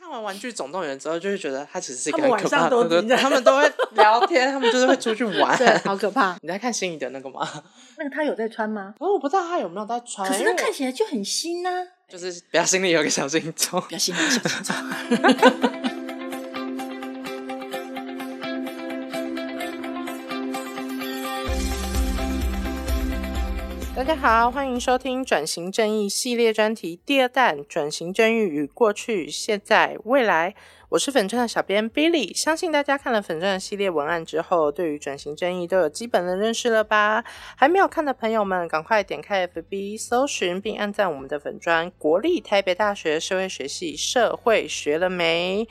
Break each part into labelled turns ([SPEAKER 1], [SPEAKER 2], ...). [SPEAKER 1] 《玩具总动员》之后，就会觉得他只是一个
[SPEAKER 2] 他
[SPEAKER 1] 很
[SPEAKER 2] 们晚
[SPEAKER 1] 可
[SPEAKER 2] 上
[SPEAKER 1] 怕
[SPEAKER 2] 都
[SPEAKER 1] 的
[SPEAKER 2] 盯着
[SPEAKER 1] 他们都会聊 天，他们就是会出去玩。
[SPEAKER 2] 对，好可怕。
[SPEAKER 1] 你在看心仪的那个吗？
[SPEAKER 2] 那个他有在穿吗？
[SPEAKER 1] 可是我不知道他有没有在穿，
[SPEAKER 2] 可是
[SPEAKER 1] 哦因
[SPEAKER 2] 那
[SPEAKER 1] 为我
[SPEAKER 2] 看起来就很新啊呐、
[SPEAKER 1] 就是不要心里有个小心中。
[SPEAKER 2] 不要心软，小心脏。
[SPEAKER 1] 大家好，欢迎收听《转型正义》系列专题第二弹“转型正义与过去、现在、未来”。我是粉钻的小编 Billy，相信大家看了粉钻的系列文案之后，对于转型正义都有基本的认识了吧？还没有看的朋友们，赶快点开 FB 搜寻并按赞我们的粉砖“国立台北大学社会学系社会学了没”，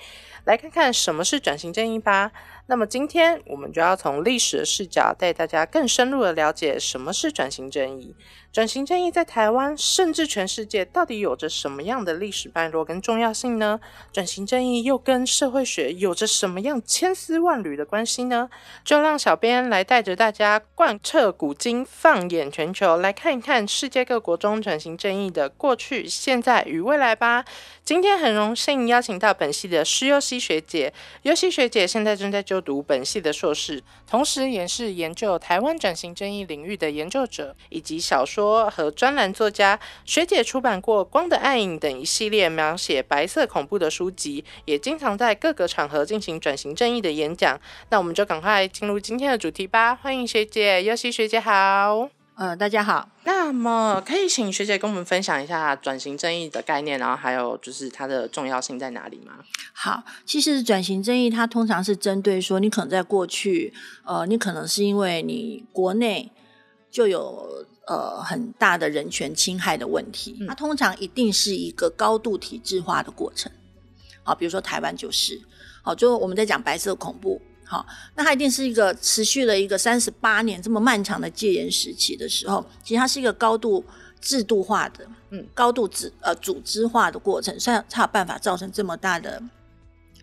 [SPEAKER 1] 来看看什么是转型正义吧。那么今天我们就要从历史的视角，带大家更深入的了解什么是转型正义。转型正义在台湾甚至全世界到底有着什么样的历史脉络跟重要性呢？转型正义又跟社会学有着什么样千丝万缕的关系呢？就让小编来带着大家贯彻古今，放眼全球，来看一看世界各国中转型正义的过去、现在与未来吧。今天很荣幸邀请到本系的施优希学姐，优希学姐现在正在就读本系的硕士，同时也是研究台湾转型正义领域的研究者，以及小说和专栏作家。学姐出版过《光的暗影》等一系列描写白色恐怖的书籍，也经常在各个场合进行转型正义的演讲。那我们就赶快进入今天的主题吧，欢迎学姐，优希学姐好。
[SPEAKER 2] 呃，大家好，
[SPEAKER 1] 那么，可以请学姐跟我们分享一下转型正义的概念，然后还有就是它的重要性在哪里吗？
[SPEAKER 2] 好，其实转型正义它通常是针对说，你可能在过去，呃，你可能是因为你国内就有呃很大的人权侵害的问题，它通常一定是一个高度体制化的过程。好，比如说台湾就是，好，就我们在讲白色恐怖。好，那它一定是一个持续了一个三十八年这么漫长的戒严时期的时候，其实它是一个高度制度化的，
[SPEAKER 1] 嗯，
[SPEAKER 2] 高度组呃组织化的过程，所以它有办法造成这么大的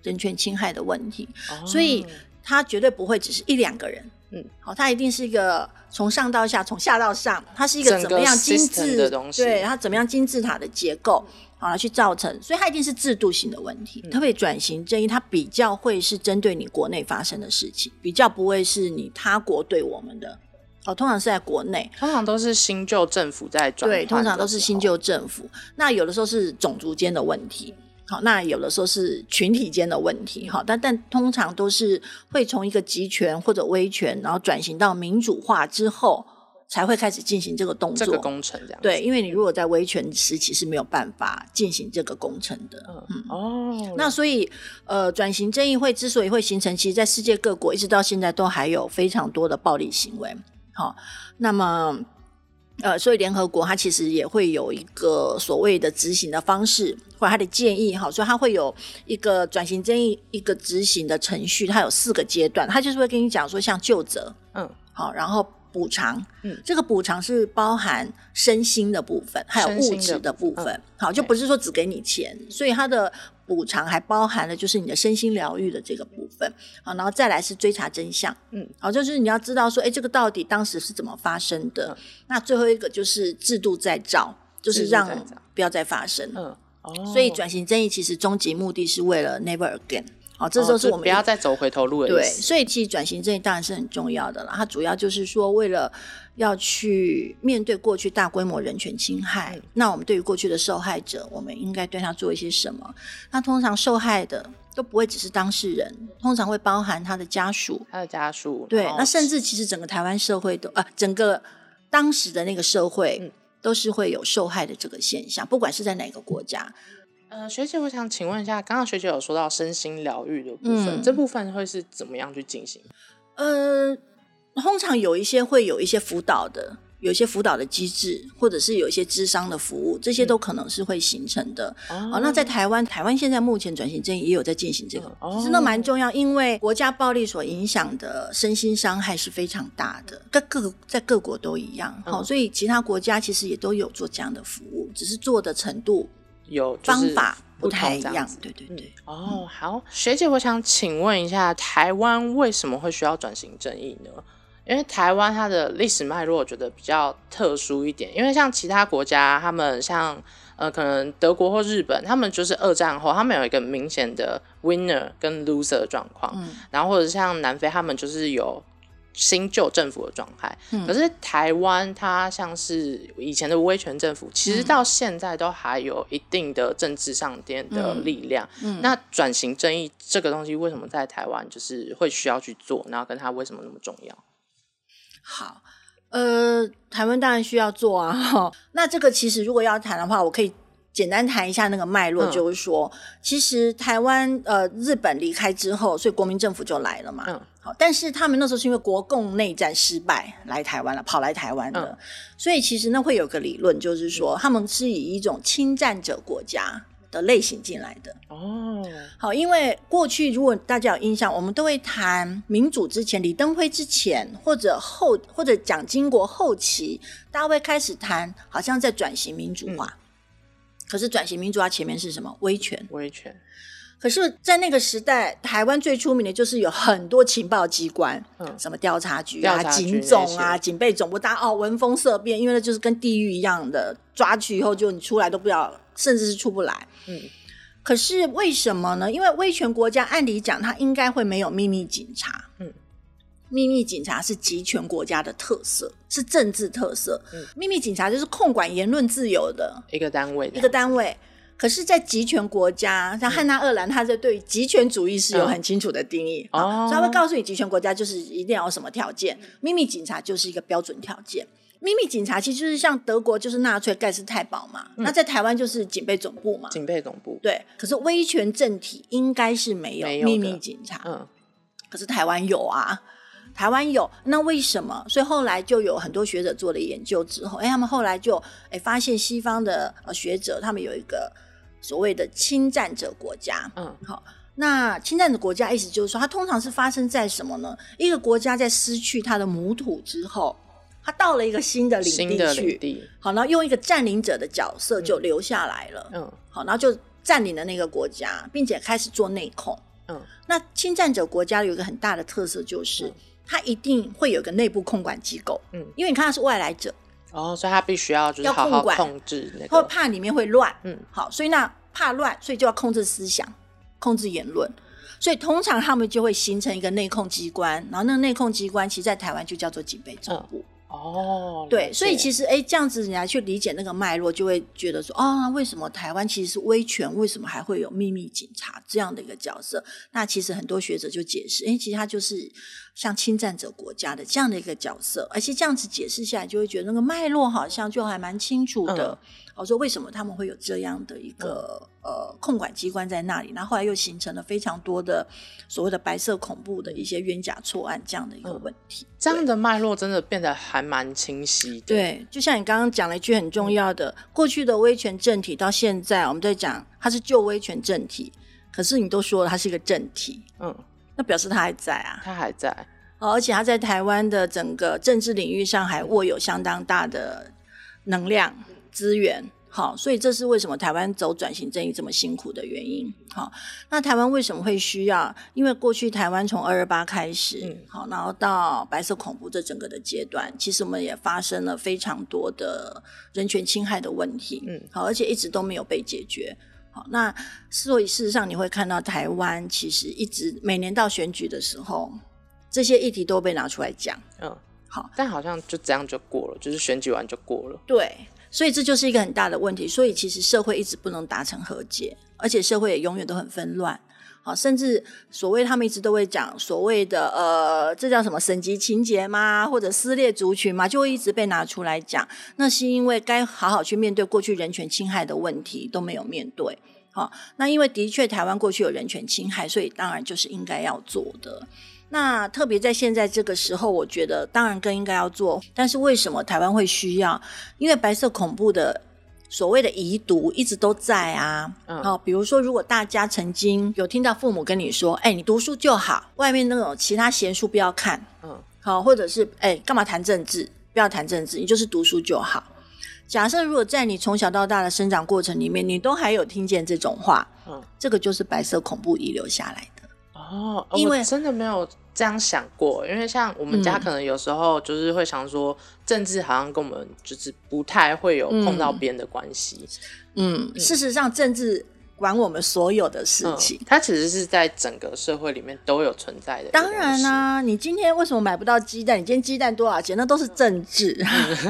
[SPEAKER 2] 人权侵害的问题。哦所以它绝对不会只是一两个人，
[SPEAKER 1] 哦嗯，
[SPEAKER 2] 好，它一定是一个从上到下，从下到上，它是一个
[SPEAKER 1] 整
[SPEAKER 2] 怎
[SPEAKER 1] 个
[SPEAKER 2] 么样金
[SPEAKER 1] system
[SPEAKER 2] 字
[SPEAKER 1] 的东西
[SPEAKER 2] 对，它怎么样金字塔的结构，好来去造成，所以它一定是制度性的问题。
[SPEAKER 1] 嗯
[SPEAKER 2] 特别转型正义，它比较会是针对你国内发生的事情，比较不会是你他国对我们的，哦，通常是在国内，
[SPEAKER 1] 通常都是新旧政府在转换
[SPEAKER 2] 对，
[SPEAKER 1] 的时候，
[SPEAKER 2] 通常都是新旧政府。那有的时候是种族间的问题，好，那有的时候是群体间的问题，好，但但通常都是会从一个集权或者威权，然后转型到民主化之后，才会开始进行这个动
[SPEAKER 1] 这
[SPEAKER 2] 作。
[SPEAKER 1] 个工程这样子
[SPEAKER 2] 对，因为你如果在威权时期是没有办法进行这个工程的。
[SPEAKER 1] 嗯哦，
[SPEAKER 2] 那所以，呃，转型正义会之所以会形成，其实在世界各国一直到现在都还有非常多的暴力行为。好、那么，呃，所以联合国它其实也会有一个所谓的执行的方式，或者它的建议。好、所以它会有一个转型正义一个执行的程序，它有四个阶段，它就是会跟你讲说，像就责，
[SPEAKER 1] 嗯，
[SPEAKER 2] 好、然后。补偿，
[SPEAKER 1] 嗯
[SPEAKER 2] 这个补偿是包含身心的部分，还有
[SPEAKER 1] 身
[SPEAKER 2] 物
[SPEAKER 1] 心
[SPEAKER 2] 质
[SPEAKER 1] 的
[SPEAKER 2] 的
[SPEAKER 1] 部
[SPEAKER 2] 部
[SPEAKER 1] 分
[SPEAKER 2] 分。好，就
[SPEAKER 1] 对
[SPEAKER 2] 不是说只给你钱，所以它的补偿还包含了就是你的身心疗愈的这个部分。好，然后再来是追查真相，
[SPEAKER 1] 嗯，
[SPEAKER 2] 好，就是你要知道说，哎，这个到底当时是怎么发生的？那最后一个就是制度再造，
[SPEAKER 1] 嗯制
[SPEAKER 2] 就是
[SPEAKER 1] 度
[SPEAKER 2] 让
[SPEAKER 1] 再造
[SPEAKER 2] 不要再发生。
[SPEAKER 1] 嗯哦，
[SPEAKER 2] 所以转型正义其实终极目的是为了 never again。好，这
[SPEAKER 1] 哦
[SPEAKER 2] 就是
[SPEAKER 1] 就
[SPEAKER 2] 我们
[SPEAKER 1] 不要再走回头路的
[SPEAKER 2] 对，
[SPEAKER 1] 意思。
[SPEAKER 2] 所以其实转型正义当然是很重要的啦。它主要就是说，为了要去面对过去大规模人权侵害，那我们对于过去的受害者，我们应该对他做一些什么？那通常受害的都不会只是当事人，通常会包含他的家属。
[SPEAKER 1] 他的家属
[SPEAKER 2] 对
[SPEAKER 1] 然，后
[SPEAKER 2] 那甚至其实整个台湾社会都啊、整个当时的那个社会。
[SPEAKER 1] 嗯
[SPEAKER 2] 都是会有受害的这个现象，不管是在哪个国家，
[SPEAKER 1] 呃，学姐，我想请问一下，刚刚学姐有说到身心疗愈的部分，
[SPEAKER 2] 嗯
[SPEAKER 1] 这部分会是怎么样去进行？
[SPEAKER 2] 呃，通常有一些会有一些辅导的，有一些辅导的机制，或者是有一些智商的服务，这些
[SPEAKER 1] 嗯
[SPEAKER 2] 都可能是会形成的。哦，那在台湾，台湾现在目前转型正义也有在进行这个，
[SPEAKER 1] 哦
[SPEAKER 2] 其实那蛮重要，因为国家暴力所影响的身心伤害是非常大的，各各在各国都一样。好、
[SPEAKER 1] 嗯
[SPEAKER 2] 所以其他国家其实也都有做这样的服务，只是做的程度、
[SPEAKER 1] 有就是
[SPEAKER 2] 方法
[SPEAKER 1] 不
[SPEAKER 2] 不太
[SPEAKER 1] 同
[SPEAKER 2] 一
[SPEAKER 1] 这
[SPEAKER 2] 样
[SPEAKER 1] 样子。。
[SPEAKER 2] 对对对。
[SPEAKER 1] 哦，好，学姐，我想请问一下，台湾为什么会需要转型正义呢？因为台湾它的历史脉络，我觉得比较特殊一点。因为像其他国家，他们像呃，可能德国或日本，他们就是二战后，他们有一个明显的 winner 跟 loser 的状况，
[SPEAKER 2] 嗯
[SPEAKER 1] 然后或者像南非，他们就是有新旧政府的状态。
[SPEAKER 2] 嗯
[SPEAKER 1] 可是台湾，它像是以前的威权政府，
[SPEAKER 2] 嗯
[SPEAKER 1] 其实到现在都还有一定的政治上边的力量。
[SPEAKER 2] 嗯
[SPEAKER 1] 那转型正义这个东西，为什么在台湾就是会需要去做？然后跟它为什么那么重要？
[SPEAKER 2] 好，呃，台湾当然需要做啊。哈那这个其实如果要谈的话，我可以简单谈一下那个脉络，
[SPEAKER 1] 嗯
[SPEAKER 2] 就是说，其实台湾呃日本离开之后，所以国民政府就来了嘛。
[SPEAKER 1] 嗯
[SPEAKER 2] 好，但是他们那时候是因为国共内战失败来台湾了，跑来台湾的，
[SPEAKER 1] 嗯
[SPEAKER 2] 所以其实那会有个理论，就是说他们是以一种侵占者国家的类型进来的。
[SPEAKER 1] 哦，
[SPEAKER 2] 好，因为过去如果大家有印象，我们都会谈民主之前，李登辉之前，或者后或者蒋经国后期，大家会开始谈，好像在转型民主化。
[SPEAKER 1] 嗯
[SPEAKER 2] 可是转型民主化前面是什么？威权。
[SPEAKER 1] 威权，
[SPEAKER 2] 可是，在那个时代，台湾最出名的就是有很多情报机关，
[SPEAKER 1] 嗯
[SPEAKER 2] 什么调查局啊、
[SPEAKER 1] 调查局
[SPEAKER 2] 警总
[SPEAKER 1] 那
[SPEAKER 2] 啊、
[SPEAKER 1] 些
[SPEAKER 2] 警备总部，大家哦闻风色变，因为那就是跟地狱一样的，抓去以后就你出来都不知道，甚至是出不来。
[SPEAKER 1] 嗯
[SPEAKER 2] 可是为什么呢？因为威权国家按理讲，它应该会没有秘密警察。
[SPEAKER 1] 嗯，
[SPEAKER 2] 秘密警察是集权国家的特色，是政治特色。
[SPEAKER 1] 嗯
[SPEAKER 2] 秘密警察就是控管言论自由的
[SPEAKER 1] 一个单位的，
[SPEAKER 2] 一个单位。可是，在集权国家，像汉娜·鄂兰，他在对于集权主义是有
[SPEAKER 1] 嗯
[SPEAKER 2] 很清楚的定义，
[SPEAKER 1] 哦嗯
[SPEAKER 2] 啊所以他会告诉你，集权国家就是一定要有什么条件，秘密警察就是一个标准条件。秘密警察其实就是像德国就是纳粹盖世太保嘛，那在台湾就是警备总部嘛，
[SPEAKER 1] 嗯警备总部，
[SPEAKER 2] 对，可是威权政体应该是没
[SPEAKER 1] 没
[SPEAKER 2] 有
[SPEAKER 1] 有
[SPEAKER 2] 秘
[SPEAKER 1] 的
[SPEAKER 2] 密警察，
[SPEAKER 1] 嗯
[SPEAKER 2] 可是台湾有啊，台湾有，那为什么？所以后来就有很多学者做了研究之后，哎，他们后来就哎发现西方的呃学者他们有一个所谓的侵占者国家。
[SPEAKER 1] 嗯
[SPEAKER 2] 那侵占者国家意思就是说，它通常是发生在什么呢？一个国家在失去它的母土之后，它到了一个新的领
[SPEAKER 1] 新
[SPEAKER 2] 地
[SPEAKER 1] 的领
[SPEAKER 2] 去，
[SPEAKER 1] 地，
[SPEAKER 2] 好，然后用一个占领者的角色就留下来了。
[SPEAKER 1] 嗯
[SPEAKER 2] 好，然后就占领了那个国家，并且开始做内控。
[SPEAKER 1] 嗯
[SPEAKER 2] 那侵占者国家有一个很大的特色，就是、
[SPEAKER 1] 嗯
[SPEAKER 2] 它一定会有一个内部控管机构，
[SPEAKER 1] 嗯
[SPEAKER 2] 因为你看它是外来者，
[SPEAKER 1] 哦，所以他必须要就是
[SPEAKER 2] 要
[SPEAKER 1] 好
[SPEAKER 2] 控
[SPEAKER 1] 好
[SPEAKER 2] 管
[SPEAKER 1] 控制那
[SPEAKER 2] 他会
[SPEAKER 1] 个，
[SPEAKER 2] 怕里面会乱，
[SPEAKER 1] 嗯
[SPEAKER 2] 好，所以那怕乱，所以就要控制思想，控制言论。所以通常他们就会形成一个内控机关，然后那个内控机关其实在台湾就叫做警备总
[SPEAKER 1] 嗯
[SPEAKER 2] 部。
[SPEAKER 1] 哦，
[SPEAKER 2] 对，所以其
[SPEAKER 1] 实
[SPEAKER 2] 实哎，这样子你来去理解那个脉络，就会觉得说，哦，那为什么台湾其实是威权，为什么还会有秘密警察这样的一个角色？那其实很多学者就解释，哎，其实它就是像侵占者国家的这样的一个角色，而且这样子解释下来，就会觉得那个脉络好像就还蛮清楚的。我、说为什么他们会有这样的一个、呃控管机关在那里？然后后来又形成了非常多的所谓的白色恐怖的一些冤假错案这样的一个
[SPEAKER 1] 嗯
[SPEAKER 2] 问题。
[SPEAKER 1] 这
[SPEAKER 2] 对
[SPEAKER 1] 样的脉络真的变得还蛮清晰的。，
[SPEAKER 2] 对，就像你刚刚讲了一句很重要的，过去的威权政体到现在，我们在讲它是旧威权政体，可是你都说了它是一个政体，
[SPEAKER 1] 嗯，
[SPEAKER 2] 那表示它还在啊，
[SPEAKER 1] 他还在，
[SPEAKER 2] 哦而且它在台湾的整个政治领域上还握有相当大的能量资源。好，所以这是为什么台湾走转型正义这么辛苦的原因。好，那台湾为什么会需要？因为过去台湾从二二八开始，
[SPEAKER 1] 嗯
[SPEAKER 2] 好，然后到白色恐怖这整个的阶段，其实我们也发生了非常多的人权侵害的问题。
[SPEAKER 1] 嗯
[SPEAKER 2] 好，而且一直都没有被解决。好，那所以事实上你会看到台湾其实一直每年到选举的时候，这些议题都被拿出来讲。
[SPEAKER 1] 嗯，
[SPEAKER 2] 好，
[SPEAKER 1] 但好像就这样就过了，就是选举完就过了。
[SPEAKER 2] 对，所以这就是一个很大的问题。所以其实社会一直不能达成和解，而且社会也永远都很纷乱。好，甚至所谓他们一直都会讲所谓的呃，这叫什么省级情节嘛，或者撕裂族群嘛，就会一直被拿出来讲。那是因为该好好去面对过去人权侵害的问题都没有面对。好，那因为的确台湾过去有人权侵害，所以当然就是应该要做的。那特别在现在这个时候，我觉得当然更应该要做。但是为什么台湾会需要？因为白色恐怖的所谓的遗毒一直都在啊。
[SPEAKER 1] 嗯
[SPEAKER 2] 哦，比如说，如果大家曾经有听到父母跟你说：“哎，你读书就好，外面那种其他闲书不要看。”
[SPEAKER 1] 嗯
[SPEAKER 2] 好，或者是哎，干嘛谈政治？不要谈政治，你就是读书就好。假设如果在你从小到大的生长过程里面，你都还有听见这种话，
[SPEAKER 1] 嗯，
[SPEAKER 2] 这个就是白色恐怖遗留下来的。
[SPEAKER 1] 哦，哦
[SPEAKER 2] 因为嗯
[SPEAKER 1] 我真的没有这样想过，因为像我们家可能有时候就是会想说，政治好像跟我们就是不太会有碰到边的关系。
[SPEAKER 2] 嗯，事实上，政治管我们所有的事情。
[SPEAKER 1] 嗯它其实是在整个社会里面都有存在的。
[SPEAKER 2] 当然啊
[SPEAKER 1] 啦、
[SPEAKER 2] 啦、你今天为什么买不到鸡蛋？你今天鸡蛋多少钱？那都是政治，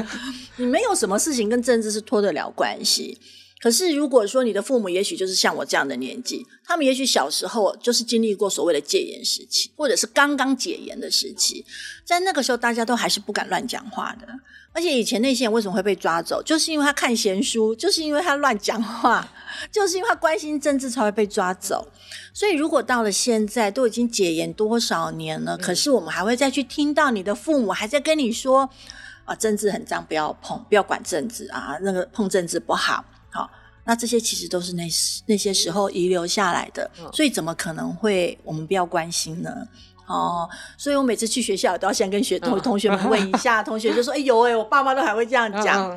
[SPEAKER 2] 你没有什么事情跟政治是脱得了关系。可是如果说你的父母也许就是像我这样的年纪，他们也许小时候就是经历过所谓的戒严时期，或者是刚刚解严的时期，在那个时候大家都还是不敢乱讲话的。而且以前那些人为什么会被抓走，就是因为他看闲书，就是因为他乱讲话，就是因为他关心政治才会被抓走。所以，如果到了现在都已经解严多少年
[SPEAKER 1] 嗯
[SPEAKER 2] 了，可是我们还会再去听到你的父母还在跟你说啊，政治很脏，不要碰，不要管政治啊，那个碰政治不好。好、那这些其实都是那时那些时候遗留下来的，
[SPEAKER 1] 嗯
[SPEAKER 2] 所以怎么可能会我们不要关心呢？哦，所以我每次去学校都要先跟学同
[SPEAKER 1] 嗯
[SPEAKER 2] 同学们 问一下，同学就说：“哎、有哎、我爸妈都还会这样
[SPEAKER 1] 嗯
[SPEAKER 2] 讲。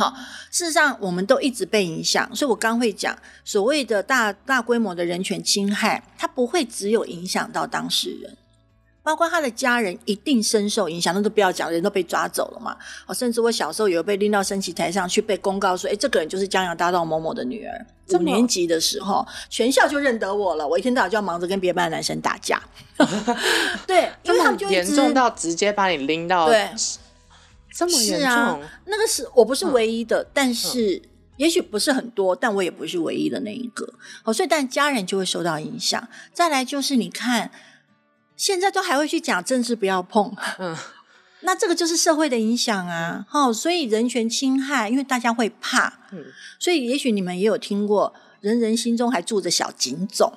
[SPEAKER 1] 嗯
[SPEAKER 2] 事实上，我们都一直被影响，所以我刚会讲，所谓的大大规模的人权侵害，它不会只有影响到当事人，包括他的家人一定深受影响。那都不要讲，人都被抓走了嘛。哦，甚至我小时候有被拎到升旗台上去，被公告说，哎，这个人就是江洋大盗某某的女儿。
[SPEAKER 1] 这
[SPEAKER 2] 五
[SPEAKER 1] 么
[SPEAKER 2] 年级的时候，全校就认得我了，我一天到晚就要忙着跟别班的男生打架。 对，因为他们就
[SPEAKER 1] 这
[SPEAKER 2] 一
[SPEAKER 1] 么
[SPEAKER 2] 直
[SPEAKER 1] 严重到直接把你拎到
[SPEAKER 2] 对
[SPEAKER 1] 这么严
[SPEAKER 2] 是
[SPEAKER 1] 重，
[SPEAKER 2] 啊那个是我不
[SPEAKER 1] 嗯
[SPEAKER 2] 是唯一的，但是也许不是很多，但我也不是唯一的那一个。哦，所以但家人就会受到影响。再来就是你看，现在都还会去讲政治不要碰，
[SPEAKER 1] 嗯，
[SPEAKER 2] 那这个就是社会的影响啊。哦，所以人权侵害，因为大家会怕，
[SPEAKER 1] 嗯
[SPEAKER 2] 所以也许你们也有听过。人人心中还住着小警总，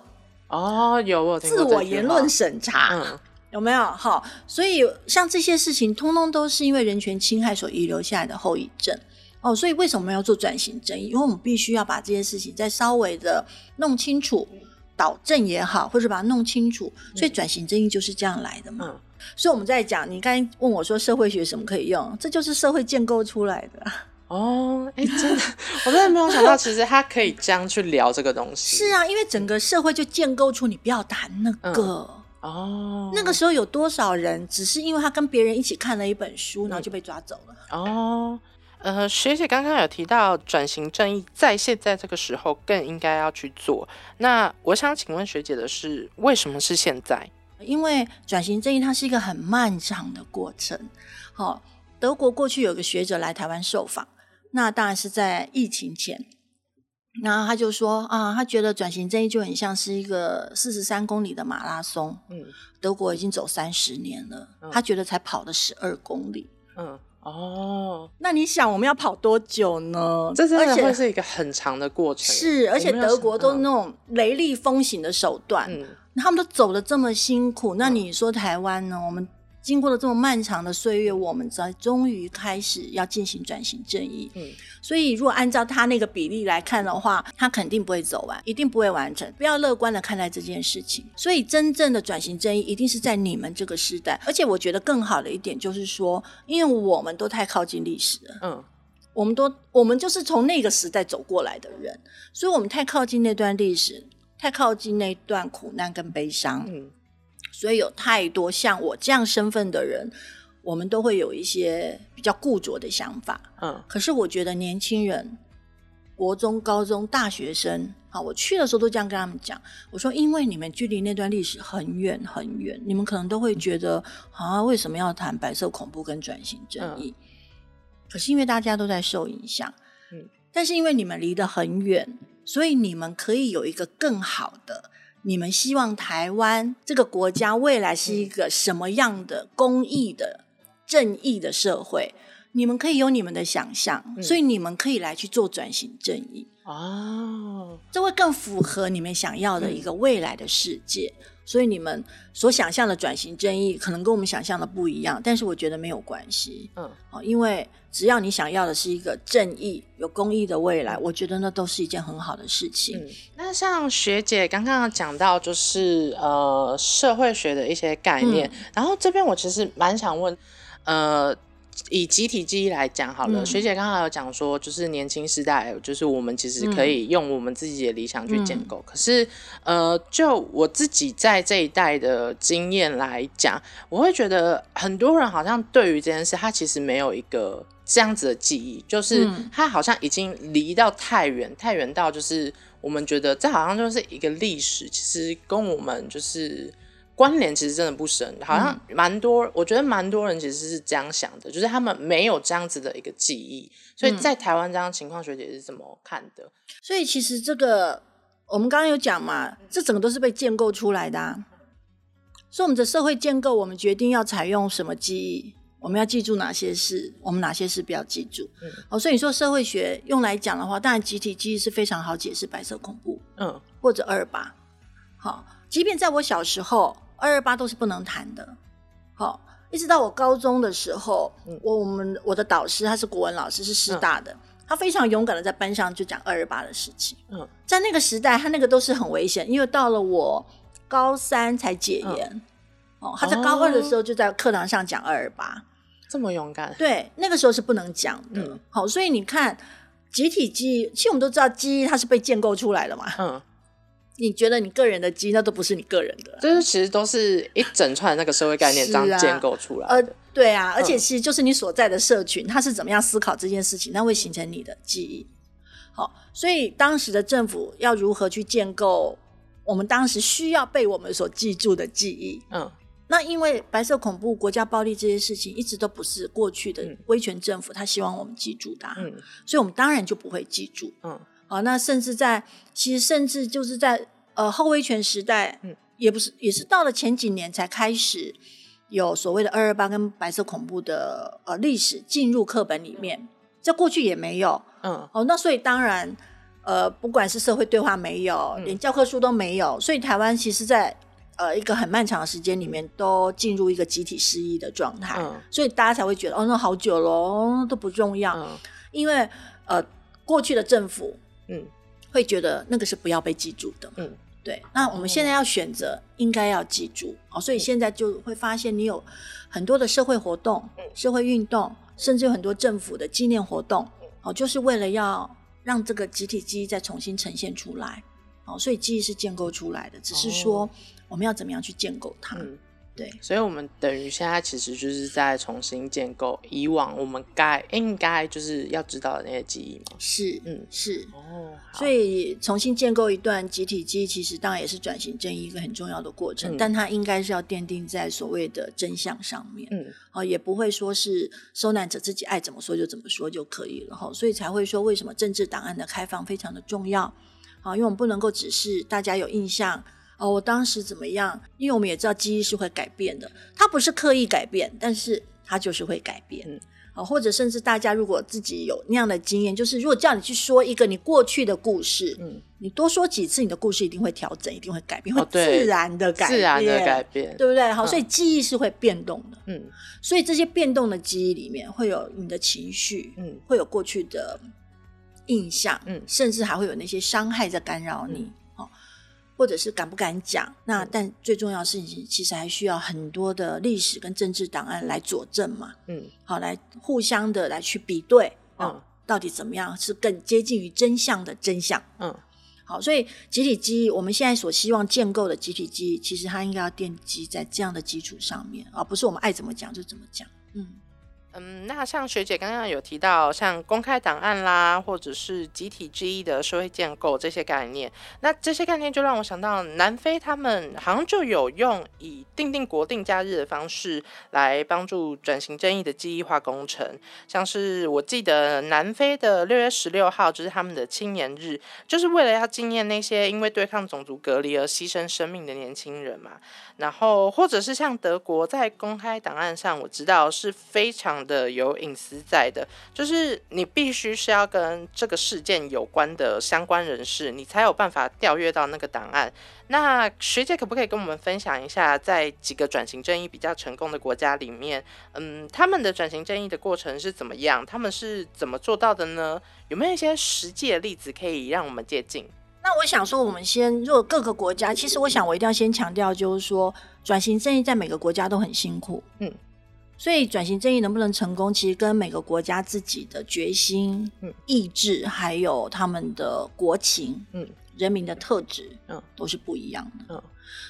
[SPEAKER 1] 哦，有我有听过
[SPEAKER 2] 自我
[SPEAKER 1] 这句
[SPEAKER 2] 言
[SPEAKER 1] 话
[SPEAKER 2] 论，审查，
[SPEAKER 1] 嗯
[SPEAKER 2] 有没有？好，所以像这些事情，通通都是因为人权侵害所遗留下来的后遗症。哦，所以为什么要做转型正义？因为我们必须要把这些事情再稍微的弄清楚，导正也好，或者把它弄清楚。所以转型正义就是这样来的嘛。
[SPEAKER 1] 嗯，
[SPEAKER 2] 所以我们在讲，你刚才问我说社会学什么可以用，这就是社会建构出来的。
[SPEAKER 1] 哦，哎、真的，我真的没有想到，其实他可以这样去聊这个东西，
[SPEAKER 2] 是啊，因为整个社会就建构出你不要打那个。
[SPEAKER 1] 哦，
[SPEAKER 2] 那个时候有多少人只是因为他跟别人一起看了一本书，然后就被抓走了？
[SPEAKER 1] 哦，呃，学姐刚刚有提到转型正义在现在这个时候更应该要去做。那我想请问学姐的是，为什么是现在？
[SPEAKER 2] 因为转型正义它是一个很漫长的过程。好、德国过去有个学者来台湾受访，那当然是在疫情前。那他就说啊，他觉得转型正义就很像是一个四十三公里的马拉松，
[SPEAKER 1] 嗯
[SPEAKER 2] 德国已经走三十年了
[SPEAKER 1] 嗯，
[SPEAKER 2] 他觉得才跑了十二公里。
[SPEAKER 1] 嗯，哦，
[SPEAKER 2] 那你想，我们要跑多久呢？
[SPEAKER 1] 这真的
[SPEAKER 2] 而且
[SPEAKER 1] 会是一个很长的过程。
[SPEAKER 2] 是，而且
[SPEAKER 1] 我没有
[SPEAKER 2] 德国
[SPEAKER 1] 想
[SPEAKER 2] 都那种雷厉风行的手段，
[SPEAKER 1] 嗯
[SPEAKER 2] 他们都走的这么辛苦，那你说台湾呢？我们经过了这么漫长的岁月，我们才终于开始要进行转型正义。
[SPEAKER 1] 嗯
[SPEAKER 2] 所以，如果按照他那个比例来看的话，他肯定不会走完，一定不会完成。不要乐观的看待这件事情。所以，真正的转型正义一定是在你们这个时代。而且，我觉得更好的一点就是说，因为我们都太靠近历史了。
[SPEAKER 1] 嗯
[SPEAKER 2] 我们都我们就是从那个时代走过来的人，所以我们太靠近那段历史，太靠近那段苦难跟悲伤，
[SPEAKER 1] 嗯
[SPEAKER 2] 所以有太多像我这样身份的人，我们都会有一些比较固着的想法。
[SPEAKER 1] 嗯
[SPEAKER 2] 可是我觉得年轻人，国中、高中、大学生，好，我去的时候都这样跟他们讲，我说，因为你们距离那段历史很远很远，你们可能都会觉得啊，为什么要谈白色恐怖跟转型正义？可是因为大家都在受影响，
[SPEAKER 1] 嗯
[SPEAKER 2] 嗯，但是因为你们离得很远，所以你们可以有一个更好的。你们希望台湾这个国家未来是一个什么样的公益的、正义的社会？你们可以有你们的想象，
[SPEAKER 1] 嗯
[SPEAKER 2] 所以你们可以来去做转型正义，
[SPEAKER 1] 哦，
[SPEAKER 2] 这会更符合你们想要的一个未来的世界。所以你们所想象的转型正义，可能跟我们想象的不一样，但是我觉得没有关系
[SPEAKER 1] 嗯
[SPEAKER 2] 哦，因为只要你想要的是一个正义、有公益的未来，我觉得那都是一件很好的事情。
[SPEAKER 1] 嗯，那像学姐刚刚有讲到，就是嗯呃社会学的一些概念，然后这边我其实蛮想问，呃，以集体记忆来讲好了，
[SPEAKER 2] 嗯
[SPEAKER 1] 学姐刚才有讲说，就是年轻时代，就是我们其实可以用我们自己的理想去建构。可是，呃，就我自己在这一代的经验来讲，我会觉得很多人好像对于这件事，他其实没有一个这样子的记忆，就是
[SPEAKER 2] 嗯
[SPEAKER 1] 他好像已经离到太远，太远到就是我们觉得这好像就是一个历史，其实跟我们就是。关联其实真的不深，好像
[SPEAKER 2] 嗯
[SPEAKER 1] 蛮多，我觉得蛮多人其实是这样想的，就是他们没有这样子的一个记忆，
[SPEAKER 2] 嗯
[SPEAKER 1] 所以在台湾这样的情况，学姐是怎么看的？
[SPEAKER 2] 所以其实这个我们刚刚有讲嘛，这整个都是被建构出来的、啊。所以我们的社会建构，我们决定要采用什么记忆，我们要记住哪些事，我们哪些事不要记住。
[SPEAKER 1] 嗯
[SPEAKER 2] 哦，所以你说社会学用来讲的话，当然集体记忆是非常好解释白色恐怖
[SPEAKER 1] 嗯
[SPEAKER 2] 或者二二八。好，即便在我小时候，二二八都是不能谈的。好，一直到我高中的时候，
[SPEAKER 1] 嗯
[SPEAKER 2] 我我们我的导师他是国文老师，是师大的，他非常勇敢的在班上就讲二二八的事情。
[SPEAKER 1] 嗯
[SPEAKER 2] 在那个时代，他那个都是很危险，因为到了我高三才解
[SPEAKER 1] 嗯
[SPEAKER 2] 严。哦，他在高二的时候就在课堂上讲二二八，
[SPEAKER 1] 这么勇敢，
[SPEAKER 2] 对，那个时候是不能讲的。
[SPEAKER 1] 嗯
[SPEAKER 2] 好，所以你看，集体记忆，其实我们都知道，记忆它是被建构出来的嘛。
[SPEAKER 1] 嗯，
[SPEAKER 2] 你觉得你个人的记忆，那都不是你个人的啊。
[SPEAKER 1] 就是其实都是一整串那个社会概念这
[SPEAKER 2] 是
[SPEAKER 1] 样
[SPEAKER 2] 啊
[SPEAKER 1] 建构出来
[SPEAKER 2] 呃
[SPEAKER 1] 的。，
[SPEAKER 2] 对啊，而且
[SPEAKER 1] 嗯
[SPEAKER 2] 其实就是你所在的社群，它是怎么样思考这件事情，那会形成你的记忆。好，所以当时的政府要如何去建构我们当时需要被我们所记住的记忆？
[SPEAKER 1] 嗯
[SPEAKER 2] 那因为白色恐怖、国家暴力这些事情，一直都不是过去的
[SPEAKER 1] 嗯
[SPEAKER 2] 威权政府他希望我们记住的、啊，
[SPEAKER 1] 嗯
[SPEAKER 2] 所以我们当然就不会记住。
[SPEAKER 1] 嗯
[SPEAKER 2] 啊，那甚至在其实甚至就是在呃后威权时代，
[SPEAKER 1] 嗯
[SPEAKER 2] 也不是也是到了前几年才开始有所谓的二二八跟白色恐怖的呃历史进入课本里面，在过去也没有
[SPEAKER 1] 嗯
[SPEAKER 2] 哦。那所以当然呃，不管是社会对话没有，
[SPEAKER 1] 嗯
[SPEAKER 2] 连教科书都没有，所以台湾其实在呃一个很漫长的时间里面都进入一个集体失忆的状态，
[SPEAKER 1] 嗯
[SPEAKER 2] 所以大家才会觉得哦，那好久了，哦都不重要，
[SPEAKER 1] 嗯
[SPEAKER 2] 因为呃过去的政府。
[SPEAKER 1] 嗯
[SPEAKER 2] 会觉得那个是不要被记住的。
[SPEAKER 1] 嗯哦
[SPEAKER 2] 对，那我们现在要选择，应该要记住哦。
[SPEAKER 1] 嗯
[SPEAKER 2] 所以现在就会发现，你有很多的社会活动、
[SPEAKER 1] 嗯
[SPEAKER 2] 社会运动，甚至有很多政府的纪念活动
[SPEAKER 1] 嗯
[SPEAKER 2] 哦，就是为了要让这个集体记忆再重新呈现出来哦。所以记忆是建构出来的，只是说
[SPEAKER 1] 哦
[SPEAKER 2] 我们要怎么样去建构它。
[SPEAKER 1] 嗯，
[SPEAKER 2] 对，
[SPEAKER 1] 所以我们等于现在其实就是在重新建构以往我们该应该就是要知道的那些记忆嘛。
[SPEAKER 2] 是，
[SPEAKER 1] 嗯
[SPEAKER 2] 是。
[SPEAKER 1] 哦，
[SPEAKER 2] 所
[SPEAKER 1] 以
[SPEAKER 2] 以重新建构一段集体记忆，其实当然也是转型正义一个很重要的过程，
[SPEAKER 1] 嗯
[SPEAKER 2] 但它应该是要奠定在所谓的真相上面。
[SPEAKER 1] 嗯
[SPEAKER 2] 哦，也不会说是受难者自己爱怎么说就怎么说就可以了哈、所以才会说为什么政治档案的开放非常的重要啊、因为我们不能够只是大家有印象哦，我当时怎么样，因为我们也知道记忆是会改变的，它不是刻意改变，但是它就是会改变。
[SPEAKER 1] 嗯
[SPEAKER 2] 啊，或者甚至大家如果自己有那样的经验，就是如果叫你去说一个你过去的故事，
[SPEAKER 1] 嗯，
[SPEAKER 2] 你多说几次，你的故事一定会调整，一定会改变，会
[SPEAKER 1] 哦对
[SPEAKER 2] 自然的改变，
[SPEAKER 1] 自然的改变。
[SPEAKER 2] 对不对？好，
[SPEAKER 1] 嗯
[SPEAKER 2] 所以记忆是会变动的。
[SPEAKER 1] 嗯
[SPEAKER 2] 所以这些变动的记忆里面，会有你的情绪，
[SPEAKER 1] 嗯
[SPEAKER 2] 会有过去的印象，
[SPEAKER 1] 嗯
[SPEAKER 2] 甚至还会有那些伤害在干扰你，哦，或者是敢不敢讲。那、但最重要的事情，其实还需要很多的历史跟政治档案来佐证嘛，
[SPEAKER 1] 嗯
[SPEAKER 2] 好、来互相的来去比对，
[SPEAKER 1] 嗯
[SPEAKER 2] 哦，到底怎么样是更接近于真相的真相。
[SPEAKER 1] 嗯
[SPEAKER 2] 好，所以集体记忆，我们现在所希望建构的集体记忆，其实它应该要奠基在这样的基础上面，而、不是我们爱怎么讲就怎么讲。嗯，
[SPEAKER 1] 嗯，那像学姐刚刚有提到，像公开档案啦，或者是集体记忆的社会建构这些概念，那这些概念就让我想到南非他们好像就有用以定定国定假日的方式来帮助转型正义的记忆化工程，像是我记得南非的六月十六号就是他们的青年日，就是为了要纪念那些因为对抗种族隔离而牺牲生命的年轻人嘛。然后或者是像德国在公开档案上，我知道是非常的有隐私在的，就是你必须是要跟这个事件有关的相关人士，你才有办法调阅到那个档案。那学姐可不可以跟我们分享一下，在几个转型正义比较成功的国家里面，嗯，他们的转型正义的过程是怎么样？他们是怎么做到的呢？有没有一些实际的例子可以让我们借鉴？
[SPEAKER 2] 那我想说，我们先如果各个国家，其实我想我一定要先强调，就是说转型正义在每个国家都很辛苦。
[SPEAKER 1] 嗯，
[SPEAKER 2] 所以转型正义能不能成功，其实跟每个国家自己的决心、
[SPEAKER 1] 嗯
[SPEAKER 2] 意志，还有他们的国情、
[SPEAKER 1] 嗯
[SPEAKER 2] 人民的特质，
[SPEAKER 1] 嗯
[SPEAKER 2] 都是不一样的。
[SPEAKER 1] 嗯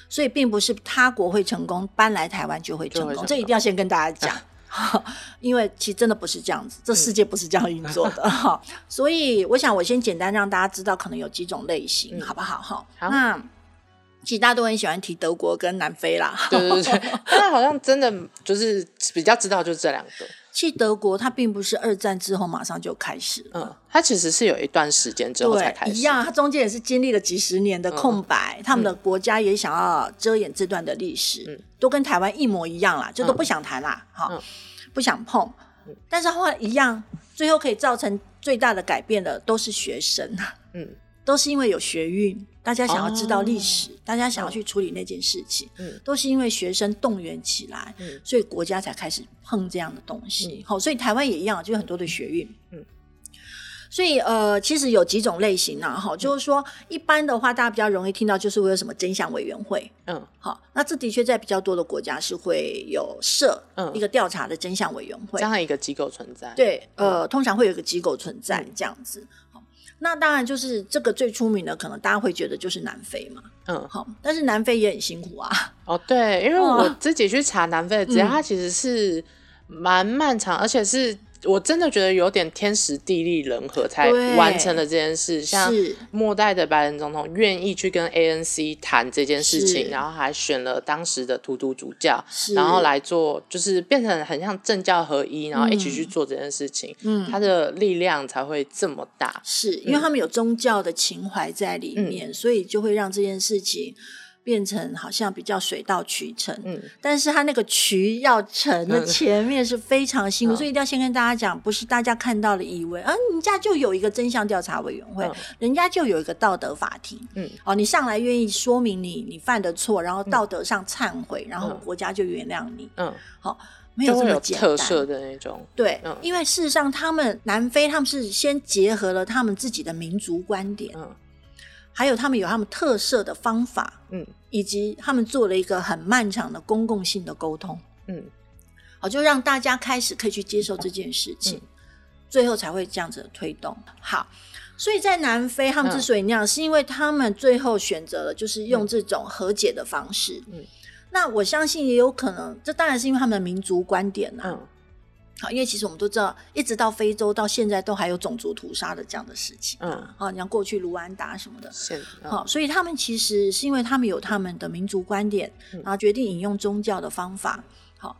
[SPEAKER 2] 所以并不是他国会成功，搬来台湾就会成
[SPEAKER 1] 就会
[SPEAKER 2] 功，
[SPEAKER 1] 成功
[SPEAKER 2] 这一定要先跟大家 讲。因为其实真的不是这样
[SPEAKER 1] 嗯
[SPEAKER 2] 子，这世界不是这样运作 的哈、所以我想我先简单让大家知道可能有几种类型，
[SPEAKER 1] 嗯
[SPEAKER 2] 好不好哈？
[SPEAKER 1] 好
[SPEAKER 2] 那其实大家都很喜欢提德国跟南非啦，
[SPEAKER 1] 对对对，对大家好像真的就是比较知道就是这两个，
[SPEAKER 2] 其实德国它并不是二战之后马上就开始了。
[SPEAKER 1] 嗯，它其实是有一段时间之后才
[SPEAKER 2] 对
[SPEAKER 1] 开，始，嗯
[SPEAKER 2] 一样，它中间也是经历了几十年的空白，他们的国家也想要遮掩这段的历史，
[SPEAKER 1] 嗯
[SPEAKER 2] 都跟台湾一模一样啦，就都
[SPEAKER 1] 嗯
[SPEAKER 2] 不想谈啦，哈、
[SPEAKER 1] 嗯
[SPEAKER 2] 不想碰。但是后来一样，最后可以造成最大的改变的都是学生，
[SPEAKER 1] 嗯
[SPEAKER 2] 都是因为有学运，大家想要知道历史，大家想要
[SPEAKER 1] 嗯
[SPEAKER 2] 去处理那件事情，
[SPEAKER 1] 嗯
[SPEAKER 2] 都是因为学生动员起来，
[SPEAKER 1] 嗯
[SPEAKER 2] 所以国家才开始碰这样的东西。好、所以台湾也一样，就有很多的学运。
[SPEAKER 1] 嗯
[SPEAKER 2] 所以呃，其实有几种类型啊，哈，就是说一般的话，大家比较容易听到就是会有什么真相委员会，
[SPEAKER 1] 嗯
[SPEAKER 2] 好，那这的确在比较多的国家是会有设
[SPEAKER 1] 嗯
[SPEAKER 2] 一个调查的真相委员会
[SPEAKER 1] 这，样一个机构存在，，
[SPEAKER 2] 对，
[SPEAKER 1] 嗯
[SPEAKER 2] 呃，通常会有一个机构存在这样子。好那当然就是这个最出名的，可能大家会觉得就是南非嘛，
[SPEAKER 1] 嗯，
[SPEAKER 2] 好，但是南非也很辛苦啊，
[SPEAKER 1] 哦对，因为
[SPEAKER 2] 哦
[SPEAKER 1] 我自己去查南非的资料，
[SPEAKER 2] 嗯
[SPEAKER 1] 它其实是蛮漫长，而且是我真的觉得有点天时地利人和才
[SPEAKER 2] 对
[SPEAKER 1] 完成了这件事，像。
[SPEAKER 2] 是，
[SPEAKER 1] 末代的白人总统愿意去跟 ANC 谈这件事情，
[SPEAKER 2] 是
[SPEAKER 1] 然后还选了当时的图图主教，
[SPEAKER 2] 是
[SPEAKER 1] 然后来做，就是变成很像政教合一，然后一起去做这件事情，
[SPEAKER 2] 嗯
[SPEAKER 1] 他的力量才会这么大。
[SPEAKER 2] 是因为
[SPEAKER 1] 嗯
[SPEAKER 2] 他们有宗教的情怀在里面，所以就会让这件事情变成好像比较水到渠成。
[SPEAKER 1] 嗯
[SPEAKER 2] 但是它那个渠要成的
[SPEAKER 1] 嗯
[SPEAKER 2] 前面是非常辛苦，
[SPEAKER 1] 嗯
[SPEAKER 2] 所以一定要先跟大家讲，不是大家看到了以为，啊，人家就有一个真相调查委员会，
[SPEAKER 1] 嗯
[SPEAKER 2] 人家就有一个道德法庭。
[SPEAKER 1] 嗯，
[SPEAKER 2] 哦，你上来愿意说明你你犯的错，然后道德上忏悔，然后
[SPEAKER 1] 嗯
[SPEAKER 2] 国家就原谅你，
[SPEAKER 1] 嗯，
[SPEAKER 2] 没
[SPEAKER 1] 就
[SPEAKER 2] 有这
[SPEAKER 1] 会
[SPEAKER 2] 么
[SPEAKER 1] 有
[SPEAKER 2] 简
[SPEAKER 1] 特
[SPEAKER 2] 单。
[SPEAKER 1] 色的那种。
[SPEAKER 2] 对，
[SPEAKER 1] 嗯
[SPEAKER 2] 因为事实上，他们南非他们是先结合了他们自己的民族观点，
[SPEAKER 1] 嗯
[SPEAKER 2] 还有他们有他们特色的方法，
[SPEAKER 1] 嗯
[SPEAKER 2] 以及他们做了一个很漫长的公共性的沟通，
[SPEAKER 1] 嗯
[SPEAKER 2] 好，就让大家开始可以去接受这件事情，
[SPEAKER 1] 嗯
[SPEAKER 2] 最后才会这样子的推动。好，所以在南非他们
[SPEAKER 1] 嗯
[SPEAKER 2] 之所以那样，是因为他们最后选择了就是用这种和解的方式。
[SPEAKER 1] 嗯
[SPEAKER 2] 那我相信也有可能，这当然是因为他们的民族观点啊啦、
[SPEAKER 1] 嗯，
[SPEAKER 2] 好，因为其实我们都知道，一直到非洲到现在都还有种族屠杀的这样的事情。
[SPEAKER 1] 嗯，
[SPEAKER 2] 啊，你像过去卢安达什么的，
[SPEAKER 1] 现嗯
[SPEAKER 2] 好、所以他们其实是因为他们有他们的民族观点，
[SPEAKER 1] 嗯
[SPEAKER 2] 然后决定引用宗教的方法，好、